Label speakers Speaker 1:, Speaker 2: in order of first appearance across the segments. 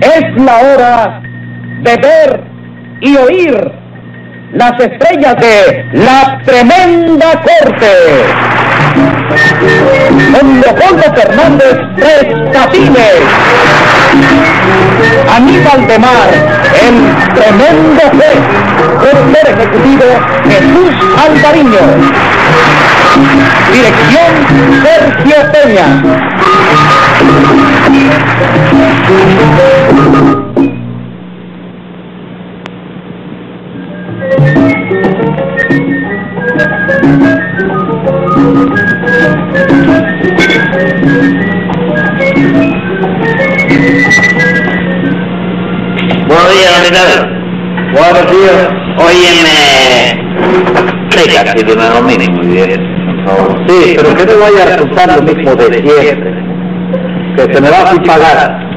Speaker 1: es la hora de ver y oír las estrellas de la tremenda corte. Don Leopoldo Fernández Tres Patines. Aníbal de Mar, el tremendo juez, productor ejecutivo Jesús Alvariño. Dirección Sergio Peña.
Speaker 2: Buenos días, don Ricardo. Buenos días. Óyeme. Seca, si tú me domines muy bien.
Speaker 3: Sí, pero que no vaya a resultar lo mismo de siempre. Que se me va sin pagar.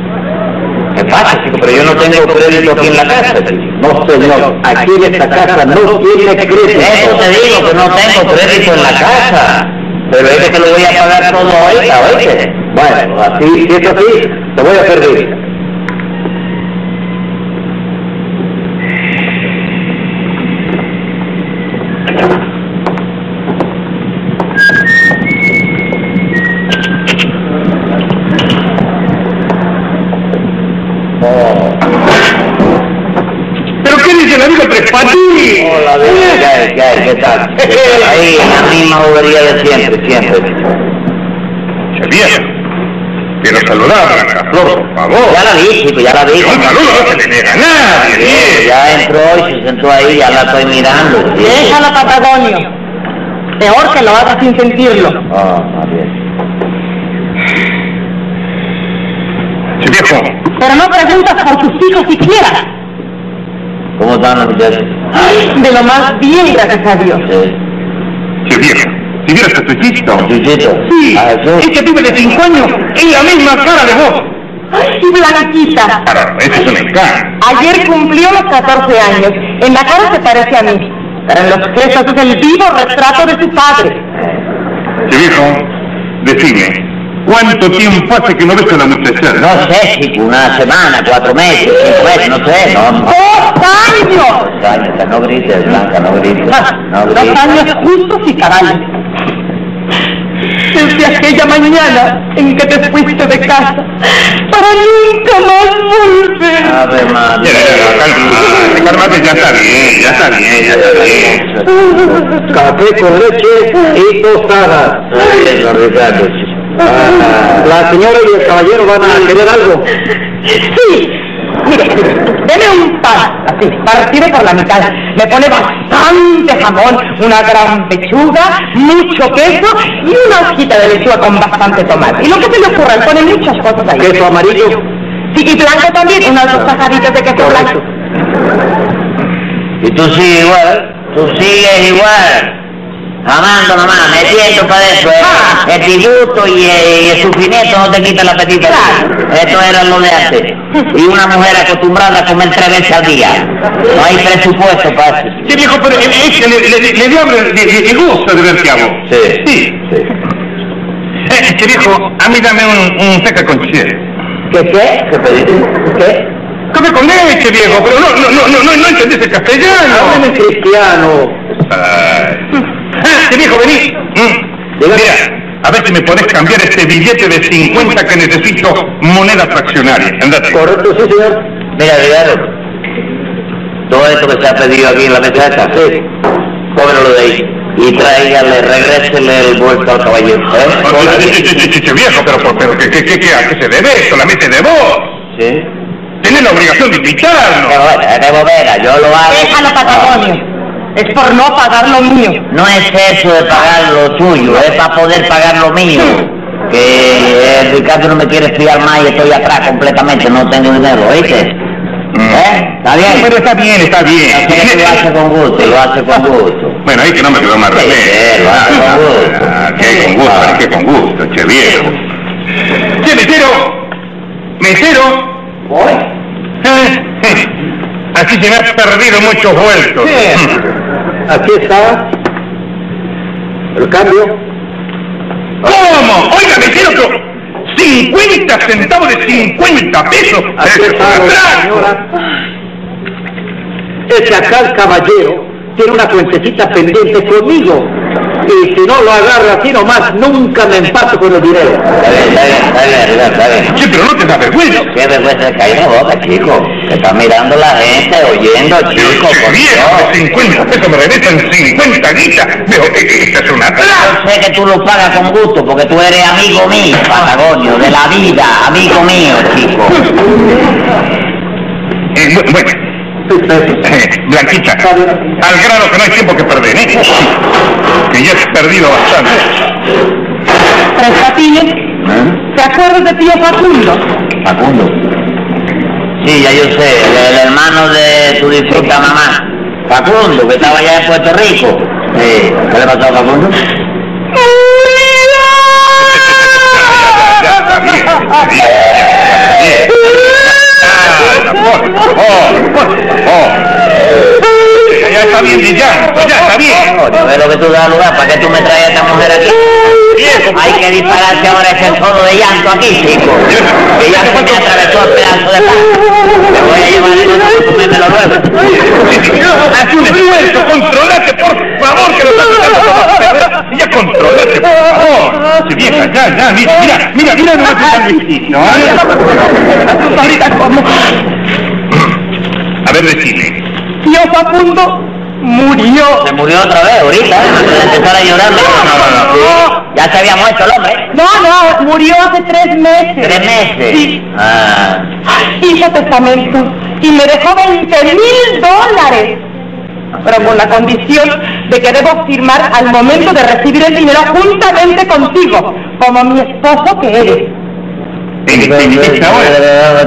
Speaker 2: ¿Qué pasa, chico? Pero yo no tengo crédito aquí en la casa, chico.
Speaker 3: No, señor. Aquí en esta casa no tiene
Speaker 2: Eso te
Speaker 3: crédito.
Speaker 2: digo, que no tengo crédito en la casa. Pero es que te lo voy a pagar todo ahorita, ¿oíste?
Speaker 3: Bueno, así, si es así, te voy a perder.
Speaker 4: ¿Pero qué dice el amigo Tres Patines?
Speaker 2: Hola, ¿qué, qué, qué tal? ¿Qué tal? Ahí, en la misma bobería de siempre, siempre.
Speaker 4: Viejo, quiero saludar a Flor, por favor.
Speaker 2: Ya la vi, chico, ya la vi.
Speaker 4: Yo el saludo no se le niega a nadie,
Speaker 2: Sí,
Speaker 4: viejo.
Speaker 2: Ya entró y se sentó ahí, ya la estoy mirando. chico.
Speaker 5: Déjala, Patagonio. Peor que lo haga sin sentirlo.
Speaker 2: Ah, está bien.
Speaker 4: Sí, viejo,
Speaker 5: Pero no preguntas por tus hijos siquiera.
Speaker 2: ¿Cómo están los muchachos? Ah,
Speaker 5: De lo más bien, gracias a Dios.
Speaker 2: Sí.
Speaker 4: sí, viejo. Si vieras a tu hijito,
Speaker 2: Chuchito.
Speaker 4: Sí,
Speaker 2: A Jesús.
Speaker 4: este tuve de 5 años en la misma cara de vos.
Speaker 5: Ay, Blanquita.
Speaker 4: Claro, ese es un encanto.
Speaker 5: Ayer cumplió los 14 años. En la cara se parece a mí. Pero en los gestos es el vivo retrato de su padre.
Speaker 4: Sí, viejo, decime, ¿cuánto tiempo hace que no ves Ah, a la muchacha?
Speaker 2: No sé, chico, una semana, cuatro meses, cinco meses, no sé, no. no.
Speaker 5: ¡Dos años!
Speaker 2: Blanca, no grites, Blanca, no grites. No
Speaker 5: Dos
Speaker 2: grites.
Speaker 5: años justos y caballos. Desde aquella mañana en que te fuiste de casa, para nunca más volver.
Speaker 2: Ave María.
Speaker 4: Calmate, calmate, Ah, ya está bien, ya está bien, ya está bien.
Speaker 3: Café con leche y tostadas.
Speaker 2: Ay, don Ricardo, chico.
Speaker 3: Ah, La señora y el caballero van a querer algo.
Speaker 5: Sí, mire, deme un pan, así, partido por la mitad. Me pone bastante jamón, una gran pechuga, mucho queso y una hojita de lechuga con bastante tomate. Y lo que se le ocurra, le pone muchas cosas ahí.
Speaker 3: Queso amarillo.
Speaker 5: Sí, y blanco también, unas dos tajaditas de queso blanco.
Speaker 2: Y tú sigues igual, tú sigues igual. Amando nomás, metiendo para adentro. eh.
Speaker 5: Ah.
Speaker 2: El tributo y eh, y el sufrimiento no te quita la apetito.
Speaker 5: Claro.
Speaker 2: Esto era lo de antes. Y una mujer acostumbrada a comer tres veces al día. No hay presupuesto para eso.
Speaker 4: Sí, viejo, pero eh, eh, que le, le, le, le dio hambre, le, le- le gusta de verte a vos.
Speaker 2: Sí.
Speaker 4: Sí. Eh, che, viejo, a mí dame un, un seca con chile.
Speaker 2: ¿Qué qué? ¿Qué pediste? ¿Qué?
Speaker 4: Come con leche, viejo, pero no, no, no, no, no, no entendés el
Speaker 5: Ah,
Speaker 4: castellano.
Speaker 3: Háblame cristiano.
Speaker 4: Ay. Ah, che, viejo, vení. Mm. Mira, a ver si me podés cambiar este billete de 50 que necesito moneda fraccionaria. Andate.
Speaker 3: Correcto, sí, señor.
Speaker 2: Mira, Rivero, todo esto que se ha pedido aquí en la mesa esta, sí, cóbrelo de ahí y tráigale, regrésele el vuelto al caballero. ¿eh?
Speaker 4: Ah, che, che, che, che, che, Viejo, pero, por- pero, ¿qué, qué, qué, qué- ¿a qué se debe esto? ¿La mente de vos?
Speaker 2: Sí.
Speaker 4: Tenés la obligación de
Speaker 2: Pero
Speaker 4: invitarnos.
Speaker 2: bueno, de bobera, yo lo hago.
Speaker 5: Déjalo, Patagonio. Es por no pagar lo mío.
Speaker 2: No es eso de pagar lo tuyo, es para poder pagar lo mío. Que eh, Ricardo no me quiere fiar más y estoy atrás completamente, no tengo dinero, ¿oíste? ¿Eh? ¿Está bien?
Speaker 4: Mm. Pero está bien, está bien.
Speaker 2: Así que lo hace con gusto, lo hace con gusto.
Speaker 4: Bueno, ahí que no me quedó más
Speaker 2: Sí, sí,
Speaker 4: remedio.
Speaker 2: lo
Speaker 4: Ah,
Speaker 2: hace con gusto.
Speaker 4: ah, Que con gusto, que con gusto, che viejo. Che, mesero, mesero,
Speaker 2: Voy.
Speaker 4: eh, eh, así se me ha perdido muchos vueltos.
Speaker 3: Sí. Aquí está el cambio.
Speaker 4: ¿Cómo? Oiga, mesero, pero 50 50 centavos de 50 pesos.
Speaker 6: Así
Speaker 4: Eso
Speaker 6: es,
Speaker 4: es un atraco.
Speaker 6: señora. Ese acá caballero tiene una cuentecita pendiente conmigo. Y si no lo agarra así nomás, nunca me empato con el dinero.
Speaker 2: Está bien, está bien, está bien, Rivera, está bien.
Speaker 4: Sí, pero no te da vergüenza.
Speaker 2: Qué vergüenza, cae la boca, chico. Que está mirando la gente, oyendo, chico, por
Speaker 4: Viejo,
Speaker 2: Dios.
Speaker 4: de 50 pesos me regresan 50 guitas. Pero eh, esta es una atraco.
Speaker 2: Yo sé que tú lo pagas con gusto porque tú eres amigo mío, Patagonio, de la vida, amigo mío, chico.
Speaker 4: Eh, bu- bueno, eh, Blanquita, al grano que no hay tiempo que perder, ¿eh? Que ya has perdido bastante.
Speaker 5: Tres patines,
Speaker 3: ¿Eh?
Speaker 5: ¿te acuerdas de tío Facundo?
Speaker 2: Facundo. Sí, ya yo sé, el, el hermano de tu difunta mamá, Facundo, que estaba allá en Puerto Rico. Sí. ¿Qué le pasó a Facundo?
Speaker 4: Ya, está bien, está bien, está bien.
Speaker 3: Eh,
Speaker 4: Ah, por favor, por favor. Ya ya está bien de llanto, ya está bien.
Speaker 2: Coño, ve lo que tú das lugar, ¿para qué tú me traes a esta mujer aquí?
Speaker 4: Viejo,
Speaker 2: Hay que dispararse ahora ese solo de llanto aquí, chico. Que ya se me atravesó el pedazo de pan. Me voy a llevar el otro para comérmelo luego.
Speaker 4: Haz un esfuerzo, controlate, por favor, que lo estás tratando de perder. Ya controlate, por favor. Sí, vieja, ya, ya, mira, mira, mira, mira, no me hagas ejercicio, ¿eh?
Speaker 5: Ahorita como
Speaker 4: A ver, decime.
Speaker 5: tío Facundo murió.
Speaker 2: Se murió otra vez ahorita, ¿eh? empezar a llorar.
Speaker 4: no,
Speaker 2: Ya se había muerto el hombre.
Speaker 5: No, no, murió hace tres meses.
Speaker 2: Tres meses.
Speaker 5: Sí.
Speaker 2: Ah.
Speaker 5: Hizo testamento y me dejó 20 mil dólares. Pero con la condición de que debo firmar al momento de recibir el dinero juntamente contigo, como mi esposo que eres.
Speaker 4: En en esta hora,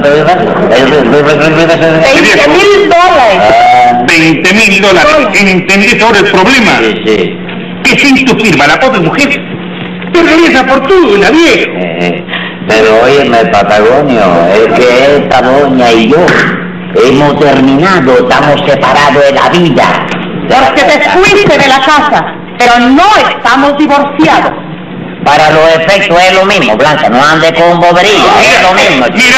Speaker 5: 20 mil dólares.
Speaker 2: Ah,
Speaker 4: 20 mil dólares. ¿Entendés ahora el problema?
Speaker 2: sí, sí.
Speaker 4: Que sin tu firma, la pobre mujer perdería esa fortuna, viejo.
Speaker 2: Eh, Pero óyeme, Patagonio, es que esta doña y yo hemos terminado, estamos separados de la vida.
Speaker 5: Porque te fuiste de la casa, pero no estamos divorciados.
Speaker 2: Para los efectos es lo mismo, Blanca, no andes con bobería, es lo mismo. chico.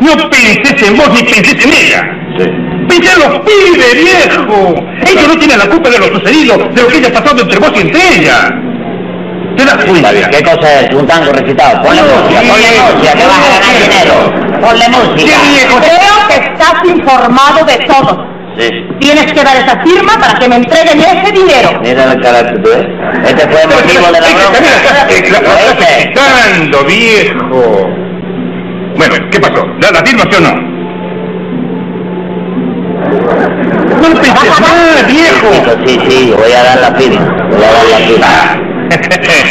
Speaker 4: Mirache, no pensés en vos ni pensés en ella. Pensá en los pibes, viejo. Ellos no tienen la culpa de lo sucedido, de lo que haya pasado entre vos y entre ella. ¿Te das cuenta?
Speaker 2: ¿Qué cosa es? Un tango recitado. Ponle música, ponle música, que vas a ganar dinero. Ponle música.
Speaker 4: Sí, viejo.
Speaker 5: Creo que estás informado de todo.
Speaker 2: Sí.
Speaker 5: Tienes que dar esa firma para que me entreguen ese dinero.
Speaker 2: Mira el carácter, ¿eh? Este fue el motivo de la bronca. ¿Oíste?
Speaker 4: Tanto, viejo. Bueno, ¿qué pasó? ¿Da la firma sí o no? No pensés
Speaker 5: Ah,
Speaker 4: más, viejo.
Speaker 2: Chico, sí, sí, voy a dar la firma. Voy a dar la
Speaker 4: Ah,
Speaker 2: firma.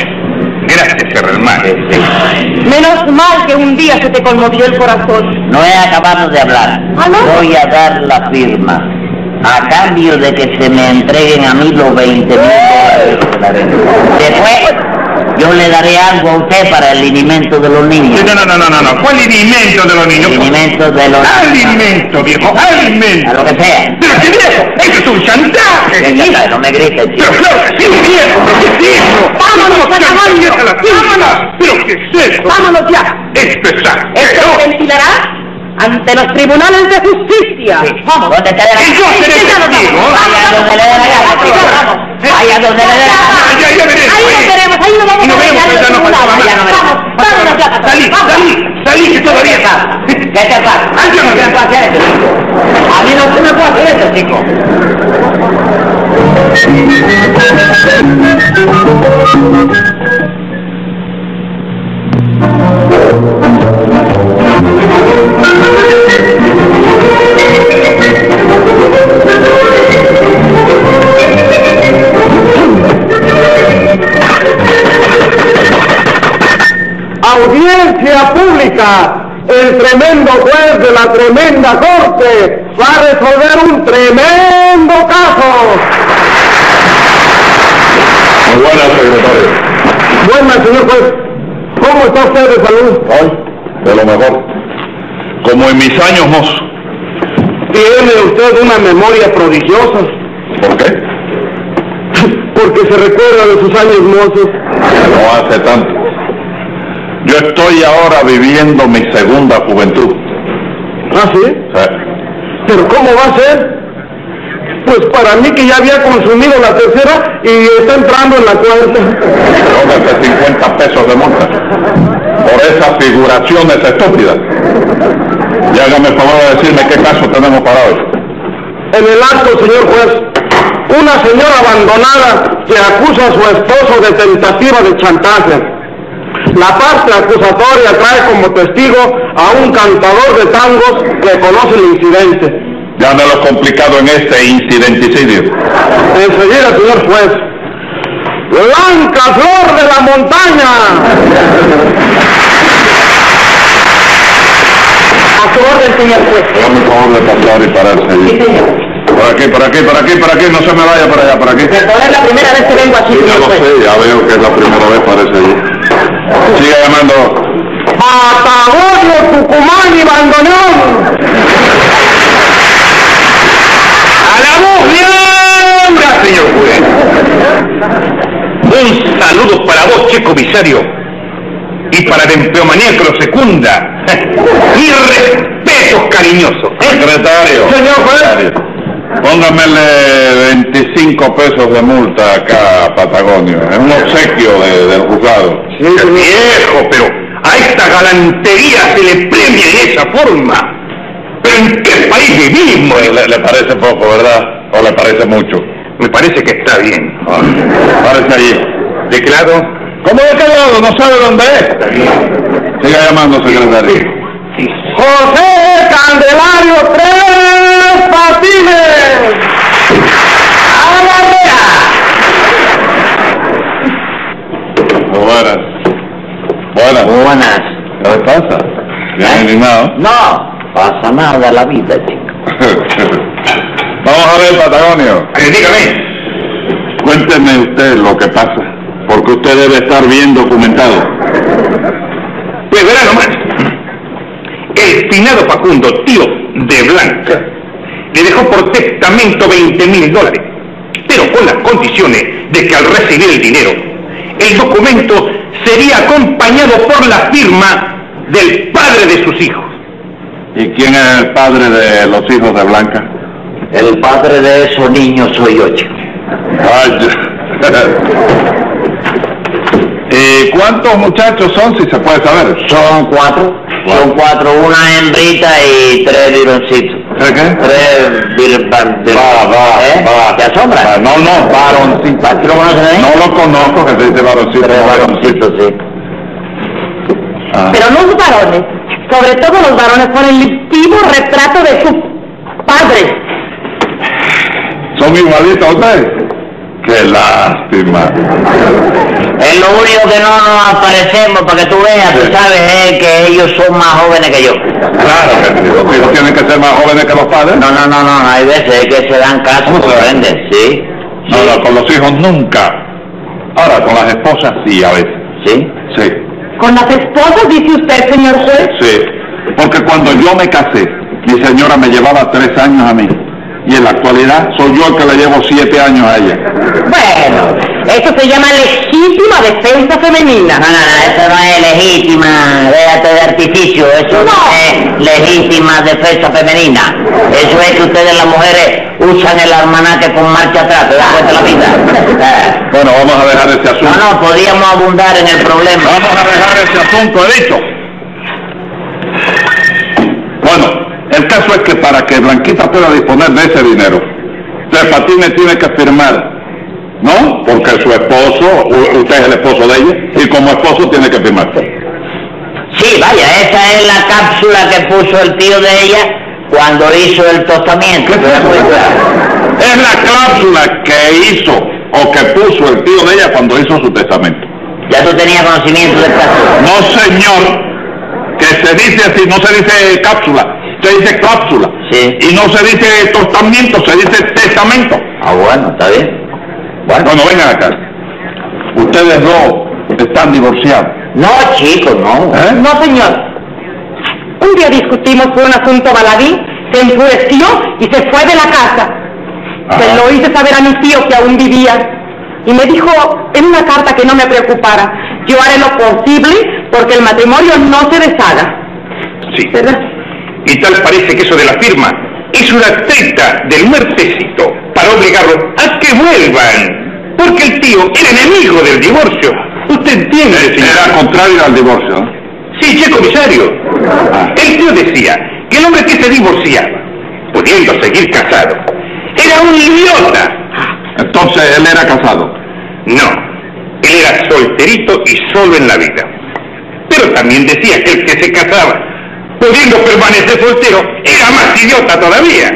Speaker 4: Gracias, Herrera,
Speaker 2: Sí,
Speaker 4: hermano.
Speaker 2: sí.
Speaker 5: Menos mal que un día se te conmovió el corazón.
Speaker 2: No he acabado de hablar.
Speaker 5: ¿Ah, no?
Speaker 2: Voy a dar la firma. A cambio de que se me entreguen a mí los 20 mil dólares. que la vendo. Después, yo le daré algo a usted para el linimento de los niños.
Speaker 4: No, no, no, no, no, no. ¿Cuál alimento de los
Speaker 2: El
Speaker 4: niños?
Speaker 2: linimento de los
Speaker 4: Ah, Alimento, viejo,
Speaker 2: A
Speaker 4: alimento.
Speaker 2: lo que sea.
Speaker 4: Pero qué viejo, eso es un chantaje.
Speaker 2: Venga, acá, no me grites,
Speaker 4: Pero
Speaker 2: chico.
Speaker 4: claro que sí, viejo, ¿qué es eso?
Speaker 5: Vámonos,
Speaker 4: chantajes
Speaker 5: Patagonio,
Speaker 4: a la firma. Pero qué es eso.
Speaker 5: ¡Vámonos ya!
Speaker 4: Esto es
Speaker 5: Esto
Speaker 4: asqueroso.
Speaker 5: se ventilará ante los tribunales de justicia. Vamos.
Speaker 2: ¿Dónde está de la
Speaker 4: Y yo seré
Speaker 5: Sí, ya nos
Speaker 4: testigo.
Speaker 5: vamos.
Speaker 2: Vaya donde le dé la gana, chico. Vaya donde le dé la gana.
Speaker 4: Ya, ya veremos,
Speaker 5: Ahí
Speaker 4: eh.
Speaker 5: nos veremos, ahí nos vamos
Speaker 4: Y nos
Speaker 5: a
Speaker 4: vemos,
Speaker 5: ver ya en
Speaker 4: pero ya no
Speaker 5: los
Speaker 4: faltaba
Speaker 5: tribunales.
Speaker 2: nada.
Speaker 5: Vamos, vámonos ya, Patagonio,
Speaker 4: Salí,
Speaker 5: vamos.
Speaker 4: salí, salí que
Speaker 2: ¿Qué
Speaker 4: todavía
Speaker 2: te pasa? ¿Qué te pasa?
Speaker 4: Ah, yo no
Speaker 2: ¿Qué
Speaker 4: sé.
Speaker 2: me puede hacer eso, chico? A mí no se me puede hacer eso, chico.
Speaker 6: Audiencia pública. El tremendo juez de la tremenda corte va a resolver un tremendo caso.
Speaker 4: Muy buenas, secretario.
Speaker 6: Buenas, señor juez. ¿Cómo está usted de salud?
Speaker 4: Hoy, de lo mejor. Como en mis años, mozo.
Speaker 6: Tiene usted una memoria prodigiosa,
Speaker 4: ¿Por qué?
Speaker 6: porque se recuerda de sus años mozos.
Speaker 4: No hace tanto. Yo estoy ahora viviendo mi segunda juventud.
Speaker 7: ¿Ah, sí?
Speaker 4: Sí.
Speaker 7: ¿Pero cómo va a ser? Pues para mí que ya había consumido la tercera y está entrando en la cuarta.
Speaker 4: Róbate 50 pesos de multa por esas figuraciones estúpidas. Y hágame el favor de decirme qué caso tenemos para hoy.
Speaker 7: En el acto, señor juez, una señora abandonada que acusa a su esposo de tentativa de chantaje. La parte acusatoria trae como testigo a un cantador de tangos que conoce el incidente.
Speaker 4: Ya me lo he complicado en este incidenticidio.
Speaker 7: Enseguida, señor juez. Blanca Flor de la Montaña.
Speaker 5: A su orden, señor juez.
Speaker 4: Hágame el favor de pasar y pararse.
Speaker 5: Sí,
Speaker 4: allí.
Speaker 5: señor.
Speaker 4: Por aquí, por aquí, por aquí, por aquí, no se me vaya para allá, por aquí.
Speaker 5: Perdón, es la primera vez pues. que vengo aquí,
Speaker 4: Ya
Speaker 5: señor
Speaker 4: lo
Speaker 5: juez.
Speaker 4: sé, ya veo que es la primera vez parece allí. Siga llamando.
Speaker 7: Patagonio, Tucumán y Bandoneón.
Speaker 8: ¡A la voz de Aura, señor juez! Un saludo para vos, che comisario. Y para la empleomanía que lo secunda. Y respetos cariñosos.
Speaker 4: Secretario.
Speaker 8: ¿Eh? Señor juez.
Speaker 4: Póngamele 25 pesos de multa acá a Patagonio. Es un obsequio de- del juzgado.
Speaker 8: Qué viejo, pero a esta galantería se le premia de esa forma. Pero en qué país vivimos?
Speaker 4: Le, le parece poco, ¿verdad? ¿O le parece mucho?
Speaker 8: Me parece que está bien.
Speaker 4: Ah, Párese allí.
Speaker 8: Declaro.
Speaker 4: ¿Cómo he quedado? ¿No sabe dónde es? Siga llamando, secretario.
Speaker 7: José Candelario Tres Patines.
Speaker 4: Muy buenas. Buenas.
Speaker 8: ¿Eh?
Speaker 2: Buenas.
Speaker 4: ¿Qué le pasa? Bien indignado.
Speaker 2: No, pasa nada la vida, chico.
Speaker 4: Vamos a ver, Patagonio.
Speaker 8: Eh, dígame.
Speaker 4: Cuénteme usted lo que pasa, porque usted debe estar bien documentado.
Speaker 8: Pues verá nomás. El finado Facundo, tío de Blanca, le dejó por testamento 20 mil dólares, pero con las condiciones de que al recibir el dinero, el documento sería acompañado por la firma del padre de sus hijos.
Speaker 4: ¿Y quién es el padre de los hijos de Blanca?
Speaker 2: El padre de esos niños soy yo, chico.
Speaker 4: Vaya. ¿Y cuántos muchachos son, si se puede saber?
Speaker 2: Son cuatro. Son cuatro, una hembrita y tres vironcitos.
Speaker 4: ¿Tres ¿eh, qué?
Speaker 2: Tres vir- bar- vir-
Speaker 4: Va, va,
Speaker 2: ¿Eh?
Speaker 4: va.
Speaker 2: ¿Te asombra?
Speaker 4: Va, no, no, varoncito.
Speaker 2: ¿Tú lo conoces ahí?
Speaker 4: No lo conozco, que se dice varoncito.
Speaker 2: Tres
Speaker 4: no
Speaker 2: varoncitos, sí.
Speaker 4: Ah.
Speaker 5: Pero los varones, sobre todo los varones, son el vivo retrato de sus padres.
Speaker 4: ¿Son igualitos a ustedes? Qué lástima.
Speaker 2: Es lo único que no nos aparecemos, para que tú veas, tú sabes, es que ellos son más jóvenes que yo.
Speaker 4: Claro que sí, los hijos tienen que ser más jóvenes que los padres.
Speaker 2: No, no, no, no, hay veces que se dan caso,
Speaker 4: ¿Cómo se dan?
Speaker 2: ¿comprendes? Sí,
Speaker 4: No, no, con los hijos nunca. Ahora, con las esposas sí, a veces.
Speaker 2: sí.
Speaker 4: Sí,
Speaker 5: Con las esposas, dice usted, señor juez.
Speaker 4: sí. Porque cuando yo me casé, mi señora me llevaba tres años a mí. Y en la actualidad soy yo el que le llevo siete años a ella.
Speaker 5: Bueno, eso se llama legítima defensa femenina.
Speaker 2: No, no, no, eso no es legítima, déjate de artificio, eso no, es legítima defensa femenina. Eso es que ustedes las mujeres usan el almanaque con marcha atrás, te das cuenta la vida.
Speaker 4: Bueno, vamos a dejar ese
Speaker 2: No,
Speaker 4: asunto.
Speaker 2: no, podíamos abundar en el problema.
Speaker 4: Vamos a dejar ese asunto, he dicho. Bueno, el caso es que para que Blanquita pueda disponer de ese dinero, Tres Patines tiene que firmar, ¿no? Porque su esposo, u- usted es el esposo de ella, y como esposo tiene que firmar. pues.
Speaker 2: Sí, vaya, esa es la cápsula que puso el tío de ella cuando hizo el tostamiento. ¿te das cuenta?
Speaker 4: Es la cláusula que hizo o que puso el tío de ella cuando hizo su testamento.
Speaker 2: Ya tú tenías conocimiento del caso.
Speaker 4: No, señor, que se dice así, no se dice cápsula, se dice cápsula.
Speaker 2: Sí.
Speaker 4: Y no se dice tostamiento, se dice testamento.
Speaker 2: Ah, bueno, está bien.
Speaker 4: Bueno, vengan acá. Ustedes dos están divorciados.
Speaker 2: No, chicos, no.
Speaker 4: ¿Eh?
Speaker 5: No, señor. Un día discutimos por un asunto baladí, se enfureció y se fue de la casa. Se
Speaker 4: Ajá.
Speaker 5: lo hice saber a mi tío que aún vivía. y me dijo en una carta que no me preocupara. Yo haré lo posible porque el matrimonio no se deshaga.
Speaker 8: Sí.
Speaker 5: ¿Verdad?
Speaker 8: Y tal parece que eso de la firma es una treta del muertecito para obligarlo a que vuelvan. Porque el tío era enemigo del divorcio. Usted entiende, señor.
Speaker 4: Era contrario al divorcio. Ah. ¿no?
Speaker 8: Sí, che comisario. El tío decía que el hombre que se divorciaba, pudiendo seguir casado, era un idiota.
Speaker 4: Entonces él era casado.
Speaker 8: No, él era solterito y solo en la vida. Pero también decía que el que se casaba, pudiendo permanecer soltero, era más idiota todavía.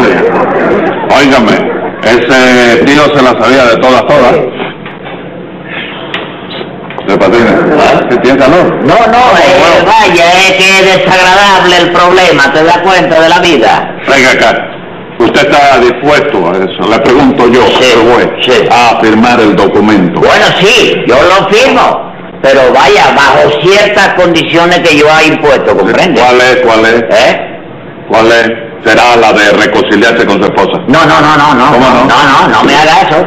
Speaker 4: Oiga, Óigame, ese tío se la sabía de todas, todas. De patines. ¿Sí ¿Tiene calor?
Speaker 2: No, no, eh, vaya, es que es desagradable el problema, ¿te das cuenta de la vida?
Speaker 4: Venga acá. ¿Usted está dispuesto a eso? Le pregunto yo,
Speaker 2: Sí,
Speaker 4: señor juez,
Speaker 2: sí.
Speaker 4: a firmar el documento.
Speaker 2: Bueno, sí, yo lo firmo, pero vaya, bajo ciertas condiciones que yo ha impuesto, ¿comprende?
Speaker 4: ¿Cuál es? ¿Cuál es?
Speaker 2: ¿Eh?
Speaker 4: ¿Cuál es? Será la de reconciliarse con su esposa.
Speaker 2: No, no, no, no, no,
Speaker 4: ¿Cómo
Speaker 2: no,
Speaker 4: no?
Speaker 2: no, no me haga eso,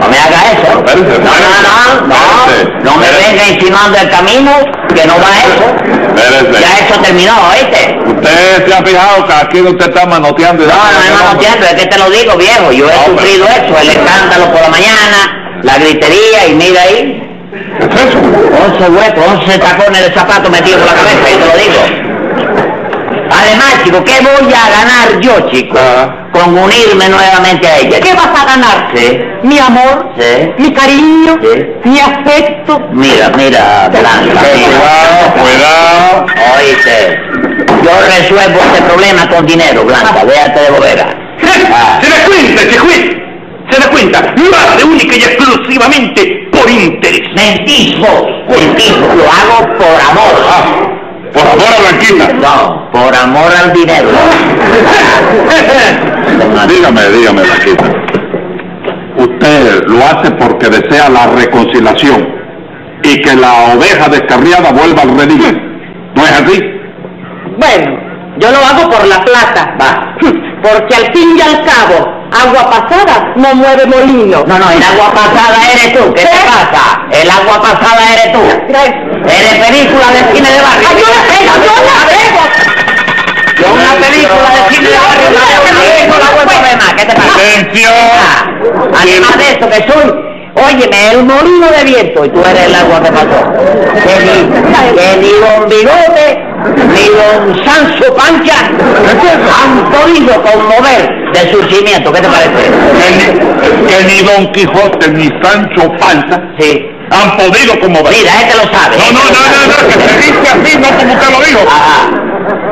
Speaker 2: no me haga eso.
Speaker 4: Pero espérese,
Speaker 2: No, no, no,
Speaker 4: espérese,
Speaker 2: no, no me
Speaker 4: espérese.
Speaker 2: venga insinuando el camino, que no va eso.
Speaker 4: Espérese.
Speaker 2: Ya eso terminó, ¿oíste?
Speaker 4: Usted se ha fijado que aquí usted está manoteando y
Speaker 2: No, no es manoteando, es que te lo digo, viejo. Yo he
Speaker 4: No, pero-
Speaker 2: sufrido eso, el escándalo por la mañana, la gritería y mira ahí.
Speaker 4: ¿Qué es eso?
Speaker 2: 11 huecos, 11 tacones de zapato metidos por la cabeza, yo te lo digo. Además, chico, ¿qué voy a ganar yo, chico?
Speaker 4: Ah.
Speaker 2: Con unirme nuevamente a ella.
Speaker 5: ¿Qué vas a ganar?
Speaker 2: Sí,
Speaker 5: Mi amor,
Speaker 2: sí.
Speaker 5: mi cariño,
Speaker 2: Sí.
Speaker 5: mi afecto.
Speaker 2: Mira, mira, Blanca,
Speaker 4: Cuidado,
Speaker 2: mira.
Speaker 4: cuidado.
Speaker 2: Oíste, yo resuelvo este problema con dinero,
Speaker 5: Ah.
Speaker 2: Blanca, déjate de bobera. Ah.
Speaker 8: ¿Se da cuenta, che juez? ¿Se da cuenta? Lo hace única y exclusivamente por interés.
Speaker 2: Mentís vos, mentís, lo hago por amor.
Speaker 5: Ah.
Speaker 4: ah, Por favor, a Blanquita.
Speaker 2: No, por amor al dinero.
Speaker 4: Dígame, dígame, Blanquita. Usted lo hace porque desea la reconciliación y que la oveja descarriada vuelva al redil. ¿No es así?
Speaker 5: Bueno, yo lo hago por la plata.
Speaker 2: Va.
Speaker 5: Porque al fin y al cabo, agua pasada no mueve molino.
Speaker 2: No, no, el agua pasada eres tú. ¿Qué te
Speaker 5: ¿Eh?
Speaker 2: pasa? El agua pasada eres tú.
Speaker 5: Mira eso.
Speaker 2: Eres película de cine de barrio.
Speaker 5: Ay, Ah, yo la pego, yo la pego.
Speaker 2: Yo una película de cine de barrio.
Speaker 5: Yo la pego,
Speaker 2: Una película,
Speaker 5: pues.
Speaker 2: buen problema. ¿Qué te pasa?
Speaker 4: ¡Silencio!
Speaker 2: Ah, Además de eso, que soy, óyeme, el molino de viento y tú eres el agua que pasó. Que ni, que ni don Bigote, ni don Sancho Pancha han podido conmover de su cimiento. ¿Qué te
Speaker 4: Que
Speaker 2: parece?
Speaker 4: ni, que ni Don Quijote ni Sancho Panza
Speaker 2: Sí.
Speaker 4: han podido conmover.
Speaker 2: Mira, este lo sabe.
Speaker 4: No, no, no, no, no, que se dice así, no como usted lo dijo.
Speaker 2: Ajá.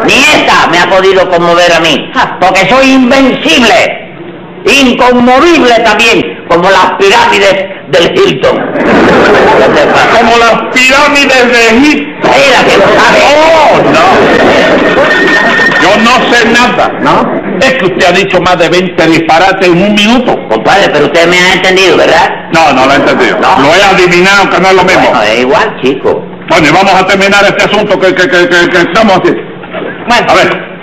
Speaker 2: Ni esta me ha podido conmover a mí, porque soy invencible, inconmovible también, como las pirámides del Hilton. ¿Qué te pasa?
Speaker 4: Como las pirámides de Egipto.
Speaker 2: Mira que lo sabe.
Speaker 4: ¡Oh, no! Yo no sé nada.
Speaker 2: ¿No?
Speaker 4: Es que usted ha dicho más de 20 disparates en un minuto.
Speaker 2: Compadre, pero usted me ha entendido, ¿verdad?
Speaker 4: No, no lo he entendido.
Speaker 2: No.
Speaker 4: Lo he adivinado que no es lo mismo.
Speaker 2: Bueno, es igual, chico.
Speaker 4: Bueno, y vamos a terminar este asunto que, que, que, que- que estamos así. A ver.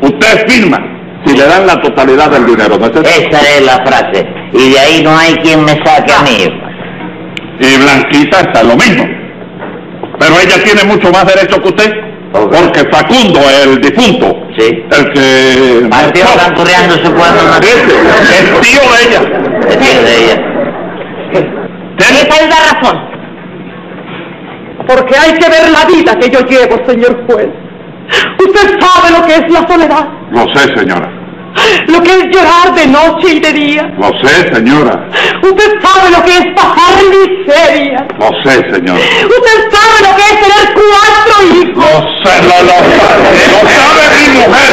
Speaker 4: Usted firma si le dan la totalidad del dinero, ¿no es eso?
Speaker 2: Esa es la frase. Y de ahí no hay quien me saque
Speaker 4: Ah.
Speaker 2: a mí.
Speaker 4: Y Blanquita está lo mismo. Pero ella tiene mucho más derecho que usted.
Speaker 2: Ok.
Speaker 4: Porque Facundo, el difunto,
Speaker 2: Sí.
Speaker 4: el que...
Speaker 2: Partió
Speaker 4: No,
Speaker 2: canturreando su pueblo natal.
Speaker 4: ese, Este, el tío de ella.
Speaker 2: Es decir, de ella.
Speaker 4: Tiene-
Speaker 5: Esa es la razón. Porque hay que ver la vida que yo llevo, señor juez. Usted sabe lo que es la soledad,
Speaker 4: Lo sé, señora.
Speaker 5: lo que es llorar de noche y de día.
Speaker 4: Lo sé, señora.
Speaker 5: Usted sabe lo que es pasar miseria.
Speaker 4: Lo sé, señora.
Speaker 5: Usted sabe lo que es tener cuatro hijos.
Speaker 4: Lo sé, lo, lo sabe. Lo sabe mi mujer.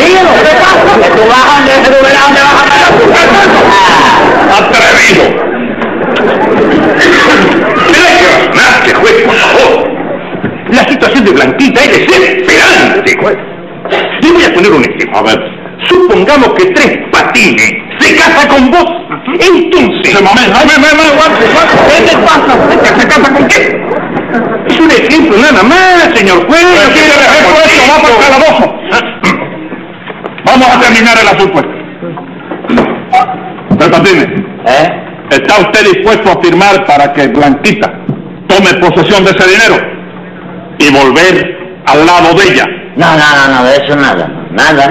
Speaker 2: Dígalo, ¿qué pasa? Que tú vas donde se tú verás dónde vas a parar. Ah,
Speaker 4: Atrevido.
Speaker 8: Mira que razonaste, juez, por favor. La situación de Blanquita es desesperante, juez. Le voy a poner un ejemplo.
Speaker 4: A ver.
Speaker 8: Supongamos que Tres Patines se casa con vos. Entonces...
Speaker 4: Ese momento. Ay, me, me, me, guante, guante.
Speaker 8: ¿Qué te pasa? ¿Se casa con qué? Es un ejemplo nada más, señor juez.
Speaker 4: Pero si yo le dejo esto, va para el calabozo.
Speaker 8: Ah,
Speaker 4: Vamos a terminar el asunto. Tres Patines,
Speaker 2: ¿Eh?
Speaker 4: ¿está usted dispuesto a firmar para que Blanquita tome posesión de ese dinero y volver al lado de ella?
Speaker 2: No, no, no, no, de eso nada, nada,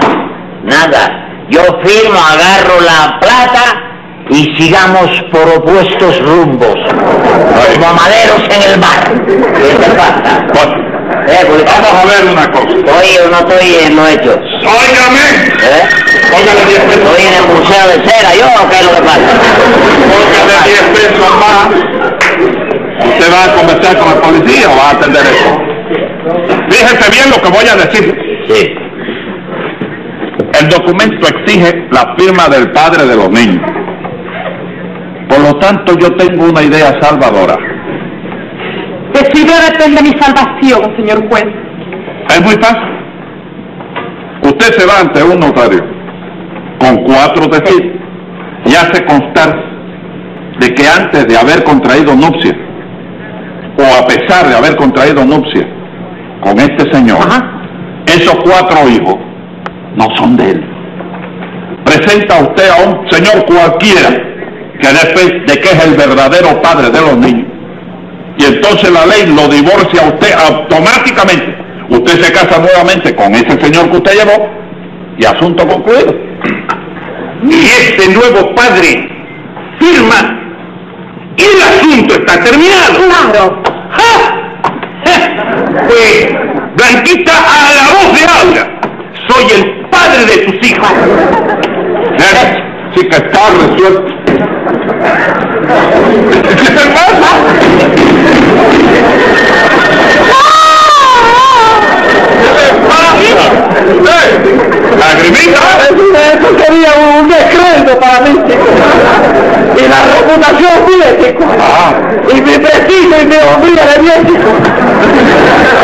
Speaker 2: nada. Yo firmo, agarro la plata y sigamos por opuestos rumbos, como maderos en el mar. ¿Qué te pasa?
Speaker 4: Bueno,
Speaker 2: Eh, porque-
Speaker 4: vamos a ver una cosa.
Speaker 2: Oye, yo no estoy en lo hecho.
Speaker 4: Óigame,
Speaker 2: ¿Eh?
Speaker 4: póngale 10 pesos,
Speaker 2: Estoy en el museo de cera, yo o qué es lo que
Speaker 4: póngale 10
Speaker 2: pasa.
Speaker 4: pesos más. Usted va a conversar con el policía o va a atender eso. Fíjese bien lo que voy a decir.
Speaker 2: Sí.
Speaker 4: El documento exige la firma del padre de los niños. Por lo tanto, yo tengo una idea salvadora.
Speaker 5: De si yo depende mi salvación, señor juez.
Speaker 4: Es muy fácil. Usted se va ante un notario con cuatro testigos y hace constar de que antes de haber contraído nupcias o a pesar de haber contraído nupcias con este señor, esos cuatro hijos no son de él. Presenta usted a un señor cualquiera que después de que es el verdadero padre de los niños y entonces la ley lo divorcia a usted automáticamente. Usted se casa nuevamente con ese señor que usted llevó y asunto concluido.
Speaker 8: Y este nuevo padre firma y el asunto está terminado.
Speaker 5: Claro.
Speaker 8: ¡Ja! ¡Ja! Pues, Blanquita, a la voz de Aura, soy el padre de tus hijos.
Speaker 4: ¿Eh? Sí que está resuelto. ¿Qué te pasa? ¿Qué le pasa? ¿Eh? ¿Lagrimita?
Speaker 1: Eso sería un descrédito para mí. Y la reputación mía, chico.
Speaker 5: ¡Ah!
Speaker 8: Ah.
Speaker 1: Y mi prestigio y mi hombría de bien, chico.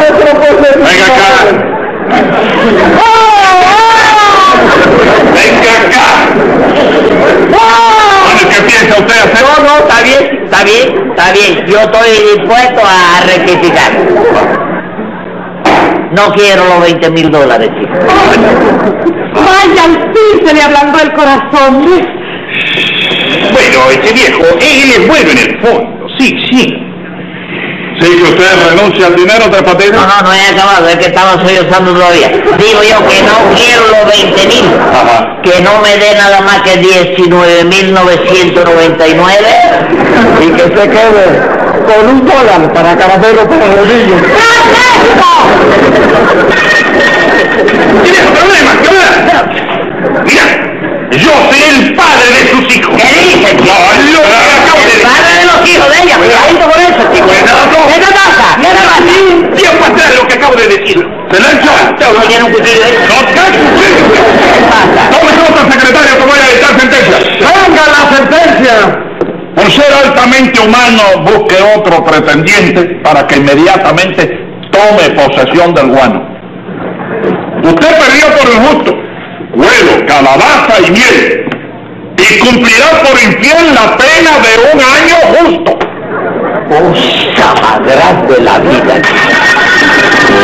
Speaker 1: Otro por ser-
Speaker 4: Venga acá.
Speaker 1: ¡Oh!
Speaker 4: Venga acá.
Speaker 8: ¡Ah!
Speaker 4: Bueno, ¿qué piensa usted hacer?
Speaker 2: No, no, está bien, está bien, está bien. Yo estoy dispuesto a rectificar. No quiero los 20 mil dólares, chico.
Speaker 5: Vaya, al fin se le ablandó el corazón. ¿ves?
Speaker 8: Bueno, este viejo, él es bueno en el fondo, sí, sí.
Speaker 4: Sí, que usted renuncia al dinero, Tres Patines.
Speaker 2: No, no, no he acabado, es que estaba sollozando todavía. Digo yo que no quiero los 20 mil.
Speaker 4: Ajá.
Speaker 2: Que no me dé nada más que 19.999 y que se quede con un dólar para caramelo para los niños.
Speaker 8: Tienes problemas, ¿qué hablar? Mira, yo soy el padre de tus hijos.
Speaker 2: ¿Qué dices,
Speaker 8: No,
Speaker 2: chico?
Speaker 8: lo que acabo de
Speaker 2: El
Speaker 8: decir.
Speaker 2: padre de los hijos de ella, cuidadito con eso, chico.
Speaker 8: Cuidado.
Speaker 2: ¿Qué te pasa? ¿Qué te pasa?
Speaker 8: Tiempo atrás lo que acabo de decir.
Speaker 4: ¡Silencio!
Speaker 2: No tiene un cuchillo ahí.
Speaker 4: ¡No te cuchillo! Tome nota, secretario, que voy a dictar sentencia.
Speaker 1: ¡Venga la sentencia!
Speaker 4: Por ser altamente humano, busque otro pretendiente para que inmediatamente tome posesión del guano. Usted perdió por injusto huevo, calabaza y miel y cumplirá por infiel la pena de un año justo.
Speaker 2: Un samadrán de la vida, chico.